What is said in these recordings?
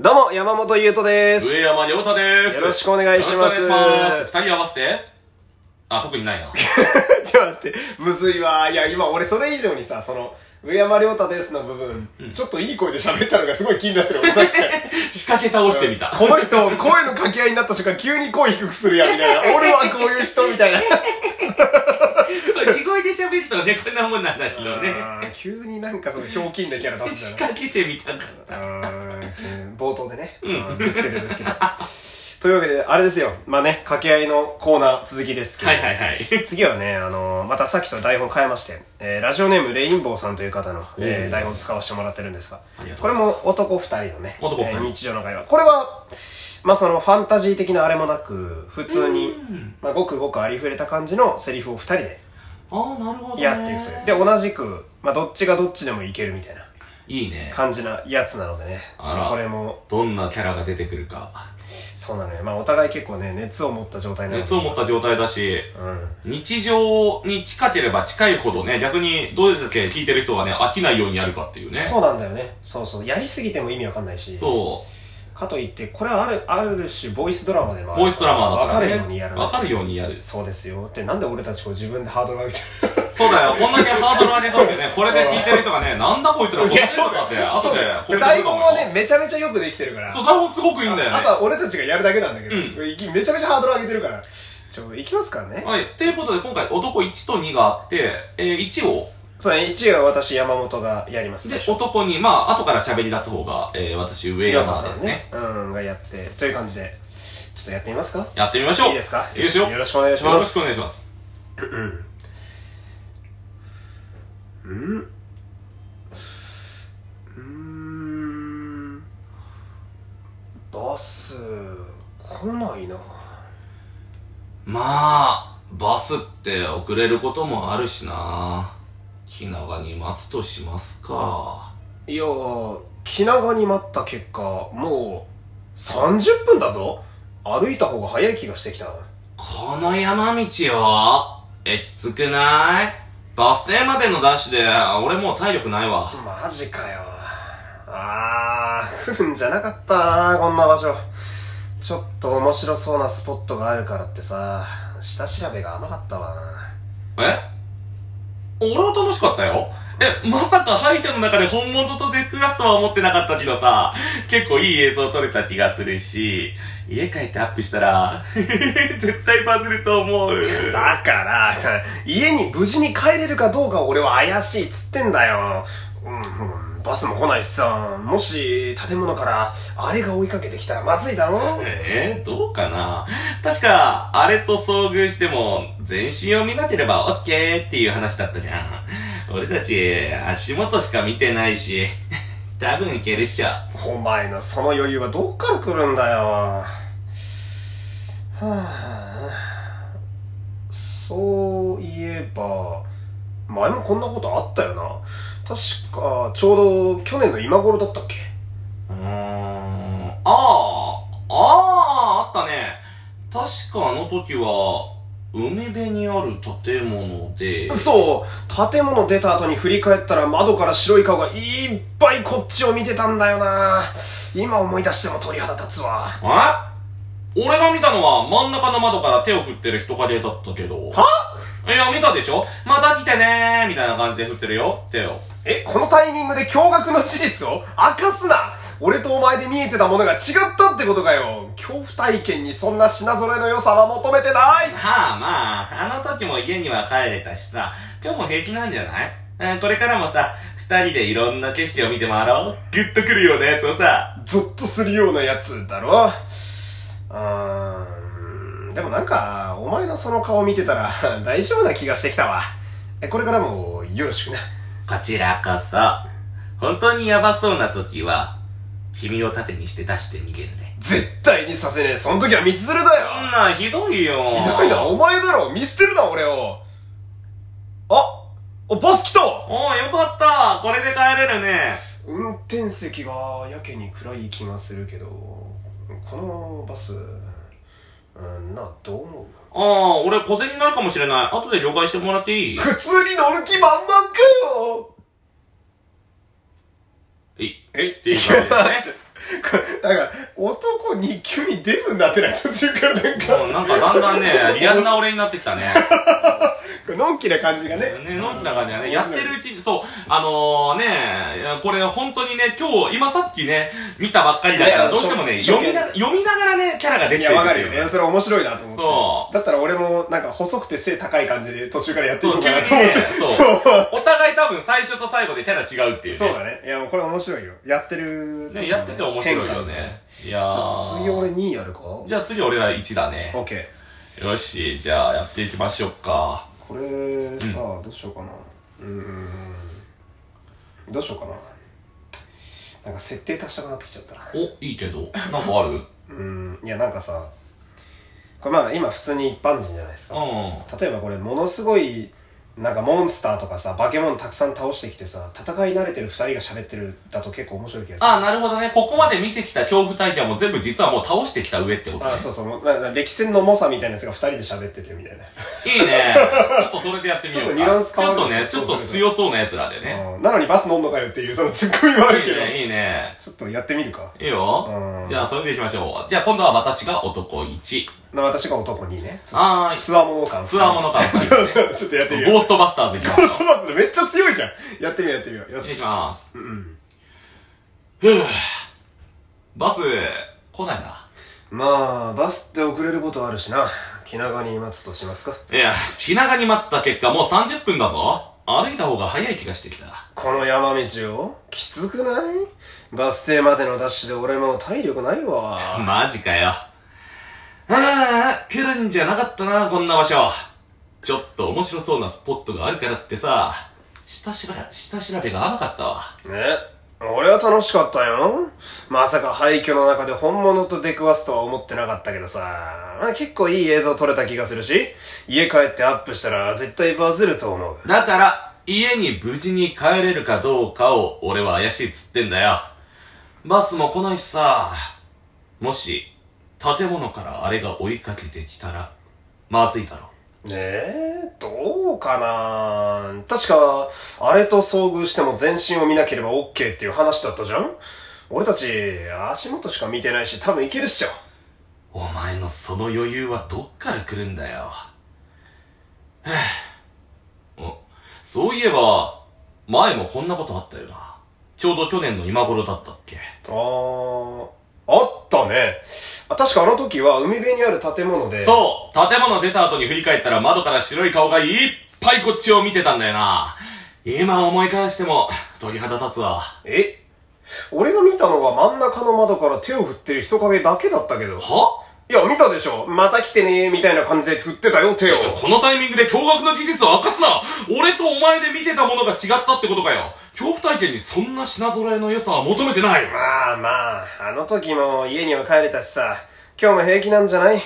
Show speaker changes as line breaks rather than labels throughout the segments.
どうも、山本優斗です。
上山亮太です。
よろしくお願いします
よろしくお願いします二人合わせてあ、特にな いな。
ちょっと待って、むずいわ。いや、今俺それ以上にさ、その、上山亮太ですの部分、ちょっといい声で喋ったのがすごい気になってる、俺さっ きから。
仕掛け倒してみた。
この人、声の掛け合いになった瞬間、急に声低くするやん、みたい な。俺はこういう人、みたいな。
地声で喋るとね、こんなもんなんだけどね。
あー急になんかその、ひょうきんなキャラ出
仕
す じゃん。
掛けてみたかった。
あー冒頭でね、うん、ぶつけてるんですけど。というわけで、あれですよ。まあね、掛け合いのコーナー続きですけど。
はいはいはい。
次はね、あのまたさっきと台本変えまして、えーラジオネームレインボーさんという方の、えー台本使わせてもらってるんですが
ありがとう
これも男二人のね、え
男二人
ー日常の会話これはまあそのファンタジー的なあれもなく普通に、まあ、ごくごくありふれた感じのセリフを二人で
あー、なるほど、ね。
やっていくというで同じく、まあ、どっちがどっちでもいけるみたいない
いね。
感じなやつなのでね
あら
ちょっとこれも
どんなキャラが出てくるか。
そうなのよ、まあ、お互い結構ね熱を持った状態なので
熱を持った状態だし、
うん
日常に近ければ近いほどね、逆にどれだけ聞いてる人がね、飽きないようにやるかっていうね。
そうなんだよねそうそうやりすぎても意味わかんないし
そう。
かといってこれはあるある種ボイスドラマでもある
ボイスドラマーだからね。
分かるようにやらない
わかるようにやる。
そうですよってなんで俺たちこう自分でハードル上げて
そうだよ、こんだけハードル上げといてね、これで聞いてる人がね、なんだこいつら、こいつらだって、後で コ
る
メントす
台
るかも
本
よ
はね、めちゃめちゃよくできてるから
そう、台本すごくいいんだよね
あ。とは俺たちがやるだけなんだけど、
う
いきめちゃめちゃハードル上げてるからちょいきますからね、
はい、ということで、今回男1と2があって、えー、1を、
そうね1位は私山本がやります
で、男に、まあ、後から喋り出す方が、えー、私、上
亮
山で
太さん
す
ね
ね。
うんがやってという感じでちょっとやってみますか
やってみましょう。
いいですか
いいですよ。
よ
よ
ろしくお願いします
ろしくお願いします。
うーんバス来ないな
まあ、バスって遅れることもあるしな。気長に待つとしますか。
いやー気長に待った結果もう30分だぞ歩いた方が早い気がしてきた
この山道よ。え、きつくないバス停までのダッシュで、俺もう体力ないわ。
マジかよあー来るんじゃなかったなこんな場所ちょっと面白そうなスポットがあるからってさ下調べが甘かったわ
え俺は楽しかったよ。え、まさか廃墟の中で本物と出くわすとは思ってなかったけどさ、結構いい映像撮れた気がするし、家帰ってアップしたら、 絶対バズると思う。
だから家に無事に帰れるかどうか俺は怪しいっつってんだようん、うん、バスも来ないしさもし建物からあれが追いかけてきたらまずいだろ
えー、どうかな確か、あれと遭遇しても、全身を見なければオッケーっていう話だったじゃん。俺たち、足元しか見てないし、多分いけるっしょ。
お前のその余裕はどっから来るんだよ。はあ、そういえば、前もこんなことあったよな。確か、ちょうど去年の今頃だったっけ
うーん、ああ、ああ、あったね。確かあの時は、海辺にある建物で、
そう建物出た後に振り返ったら窓から白い顔がいっぱいこっちを見てたんだよな。今思い出しても鳥肌立つわ。
あ俺が見たのは真ん中の窓から手を振ってる人影だったけど。はいや、見たでしょまた来てねーみたいな感じで振ってるよ、手を。
え、このタイミングで驚愕の事実を明かすな俺とお前で見えてたものが違ったってことかよ恐怖体験にそんな品揃えの良さは求めてない
はあまあ、あの時も家には帰れたしさ、今日も平気なんじゃないうんこれからもさ、二人でいろんな景色を見て回ろう。グッとくるようなやつをさ。
ゾッとするようなやつだろあーん、でもなんか、お前のその顔見てたら大丈夫な気がしてきたわ。えこれからもよろしくな。
こちらこそ、本当にヤバそうな時は、君を盾にして出して逃げるね。
絶対にさせねえその時は道連れだよ
そんな、ひどいよ。
ひどいな、お前だろ見捨てるな、俺をあお、バス来た
おー、よかったこれで帰れるね。
運転席がやけに暗い気がするけどこのバス、うん、などう思う
ああ、俺小銭ないかもしれない。後で了解してもらっていい
普通に乗る気満々かよ
えい。
えって
いう感じですね
から、男に急にデブになってない途中からなん
も
か、
うなんかだんだんね、リアルな俺になってきたね。
のんきな感じがね。
ね、のんきな感じだね。やってるうちに、そう、あのー、ね、いやこれ本当にね、今日、今さっきね、見たばっかりだから、
ね
どうしてもね、
初
読みな、
初
読みながらね、キャラがで
い
きて
や、
る
わ
ん
か
です
る
よ
よ。い
ね
や、それ面白いなと思
そ
って。だったら俺も、なんか細くて背高い感じで途中からやっていこうかなと
そう
思っ
急に
て
ね。そう
そう。
お互い多分最初と最後でキャラ違うっていうね。
そうだね。いや、もうこれ面白いよ。やってる時の。
ね、やってて面白いよ
変化。
ね。いや
ちょっと
ー。
次俺2位やるか
じゃあ次俺ら1だね。
オッケー。
よし、じゃあやっていきましょうか。
これさあ、どうしようかなうーんどうしようかななんか設定足したくなってきちゃったな
お、いいけど。なんかある
うーんいやなんかさこれまあ今普通に一般人じゃないですか
う
例えばこれものすごいなんかモンスターとかさ化け物たくさん倒してきてさ戦い慣れてる2人が喋ってるだと結構面白い気がする
あ、なるほどね。ここまで見てきた恐怖体験はもう全部実はもう倒してきた上ってことね。
あそうそうもうなな歴戦の重さみたいなやつが2人で喋っててみ たいな、
いいね。ちょっとそれでやってみよう か。
ちょっとニュアンス変わる
ちょっとね、ちょっと強そうな奴らでね。
うんなのにバス乗んのかよっていうそのツッコミもある
い
け
い
ど
ね、いいね。
ちょっとやってみるか
いいよ
う。ん
じゃあ、それで行きましょう。じゃあ、今度は私が男1。
な私が男にねちょっと
はーい。
ツアーもの感。
ツアーもの 感。
そうそう、ちょっとやってみよう。
ゴーストバスターズ行きま
ゴ
す。
ーストバーズめっちゃ強いじゃん。やってみよう、やってみよう。よ
行
し。
きます。
うん。
ふぅ。バス、来ないな。
まあ、バスって遅れることあるしな。気長に待つとしますか。
いや、気長に待った結果もう30分だぞ。歩いた方が早い気がしてきた。
この山道をきつくないバス停までのダッシュで俺もう体力ないわ。
マジかよ。ああ、来るんじゃなかったな、こんな場所。ちょっと面白そうなスポットがあるからってさ、下調べ、下調べが甘かったわ。
ね。俺は楽しかったよ。まさか廃墟の中で本物と出くわすとは思ってなかったけどさ。まあ、結構いい映像撮れた気がするし、家帰ってアップしたら絶対バズると思う。
だから、家に無事に帰れるかどうかを俺は怪しいっつってんだよ。バスも来ないしさ、もし、建物からあれが追いかけてきたら、まずいだろ。
ねえ、どうかな確か、あれと遭遇しても全身を見なければ OK っていう話だったじゃん俺たち、足元しか見てないし、多分いけるっしょ。
お前のその余裕はどっから来るんだよ。 はぁおそういえば、前もこんなことあったよな。ちょうど去年の今頃だったっけ。
あー、あったね。あ確かあの時は海辺にある建物で、
そう建物出た後に振り返ったら窓から白い顔がいっぱいこっちを見てたんだよな。今思い返しても、鳥肌立つわ。
え俺が見たのは真ん中の窓から手を振ってる人影だけだったけど。
はい
や、見たでしょ。また来てねー、みたいな感じで振ってたよ、 手を。
このタイミングで驚愕の事実を明かすな俺とお前で見てたものが違ったってことかよ恐怖体験にそんな品揃えの良さは求めてない
まあまあ、あの時も家には帰れたしさ、今日も平気なんじゃない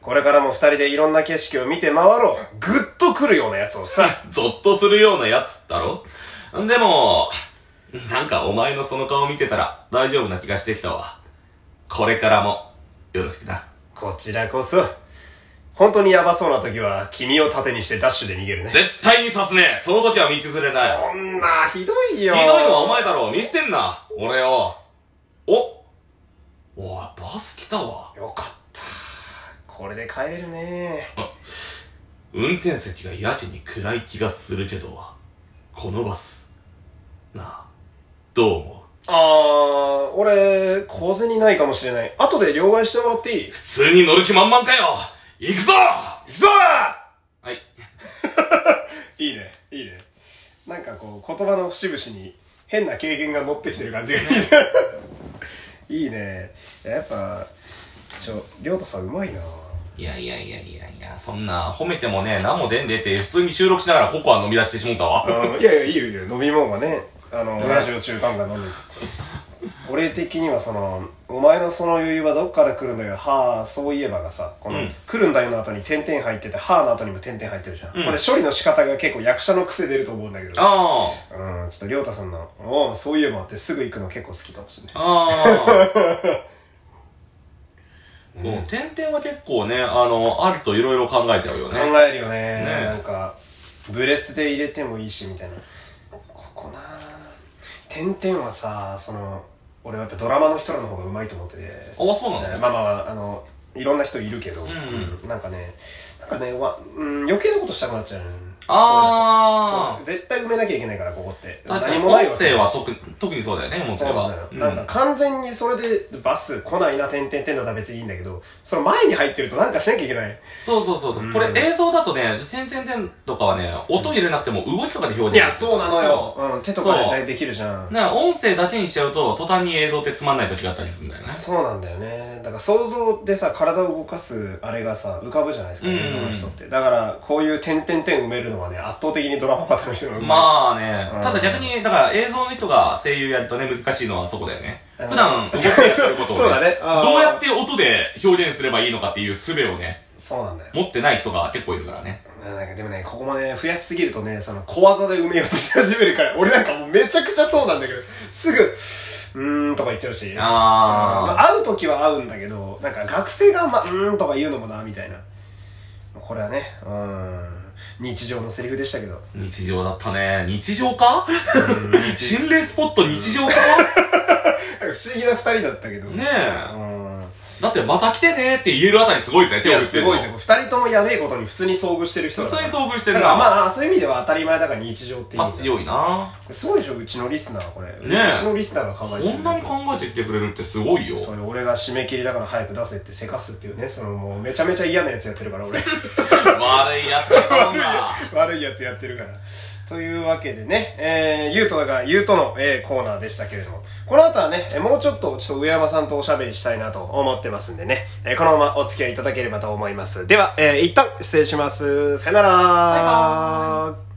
これからも二人でいろんな景色を見て回ろう。ぐっと来るようなやつをさ。
ゾッとするようなやつだろでも、なんかお前のその顔見てたら大丈夫な気がしてきたわ。これからも、よろしくな。
こちらこそ。本当にヤバそうな時は、君を盾にしてダッシュで逃げるね。
絶対に刺すねその時は道連れない。
そんな、ひどい
ひ
よ。
どいのはお前だろ見捨てんな俺を。おおい、バス来たわ。
よかった。これで帰れるね。
運転席がやけに暗い気がするけど、このバス、なあ、どう思う
あー、俺、小銭ないかもしれない。後で両替してもらっていい
普通に乗る気満々かよ行くぞは
行くぞ
い。
いいね、いいね。なんかこう、言葉の節々に変な経験が乗ってきてる感じがいい ね。いいね。やっぱ、ちょ、りょうたさんうまいな。
いやいやいやいやいや、そんな褒めてもね、何も出んでって、普通に収録しながらココア飲み出してしもうたわ。
あのいやいや、いいよいいよ。飲み物がね、あの、
ね
ラジオ中間が飲む。俺的にはその、お前のその余裕はどっから来るんだよ。はあ、そういえばがさ、この、
うん
来るんだよの後に点々入ってて、はあの後にも点々入ってるじゃん。
うん
これ処理の仕方が結構役者の癖出ると思うんだけど。
あ
うん、ちょっとりょうたさんの、おうそういえばってすぐ行くの結構好きかもしれない
あ、。ああ。 そう、点々は結構ね、あの、あるといろいろ考えちゃうよ
考
ね。
えるよね
ね
なんかブレスで入れてもいいしみたいなここな点々はさその俺はやっぱドラマの人らの方がうまいと思ってて、
あ、そうなん
え
だ
ーまあまああのいろんな人いるけど、
ん
なんかねなんかねわ、うん、余計なことしたくなっちゃう
あ
これ絶対埋めなきゃいけないからここって
ー。確かに、
何もない
音
わけ
声は特特にそうだよね、音
そ
声
うなのよな
は。、
んか完全にそれでバス来ないな点々点だったら別にいいんだけどその前に入ってるとなんかしなきゃいけない
そうそうそうそう、
うん
これ映像だとね、点々点とかはね、音入れなくても動きとかで表現
いやそうなのよ、うん、手とか
そう
でだいぶできるじゃん
な音声だけにしちゃうと、途端に映像ってつまんない時があったりするんだよね。
そうなんだよねだから想像でさ体を動かすあれがさ浮かぶじゃないですか、
うん
映像の人ってだからこういう点々点埋めるのはね圧倒的にドラマパターンの人がうまい
まあね、
うん
ただ逆に、だから映像の人が声優やるとね、難しいのはそこだよね。
うん
普段動きやすること を、
そうだねあー
どうやって音で表現すればいいのかっていう術をね、
そうなんだよ
持ってない人が結構いるからね。
なんかでもね、ここもね、増やしすぎるとね、その小技で埋めようとし始めるから、俺 なんかもうめちゃくちゃそうなんだけど、すぐ、うーんとか言っちゃうし。ま
あ
あ、会うときは会うんだけど、なんか学生があんま、うーんとか言うのもな、みたいな。これはね、うーん、日常のセリフでしたけど。
ー、日常だったね。日常か 心霊スポット日常か
なんか不思議な二人だったけど。
ね
う
え。
ーん。
だってまた来てねって言えるあたりすごいぜ、
い
手を
や、
振って
す
るの
ごいですよ。二人ともやべえことに普通に遭遇してる人
普
だか
通
ら
に遭遇して
だ
る
から
な。
まあ、そういう意味では当たり前だから日常っていう
ま
意
あ
味だよ
強いな。
これすごいでしょ、うちのリスナー、これ。
ねえ
うちのリスナーが考えて
こんなに考えてきてくれるってすごいよ。
それ俺が締め切りだから早く出せってせかすっていうねそのもうめちゃめちゃ嫌なやつやってるから 俺
悪いやつだった んだ。
悪いやつやってるからというわけでね、えー、ゆうとが、ゆうとの、えーコーナーでしたけれども、この後はね、えーもうちょっと、ちょっと上山さんとおしゃべりしたいなと思ってますんでね、えーこのままお付き合いいただければと思います。では、えー一旦失礼します。さよなら
バイバ
ー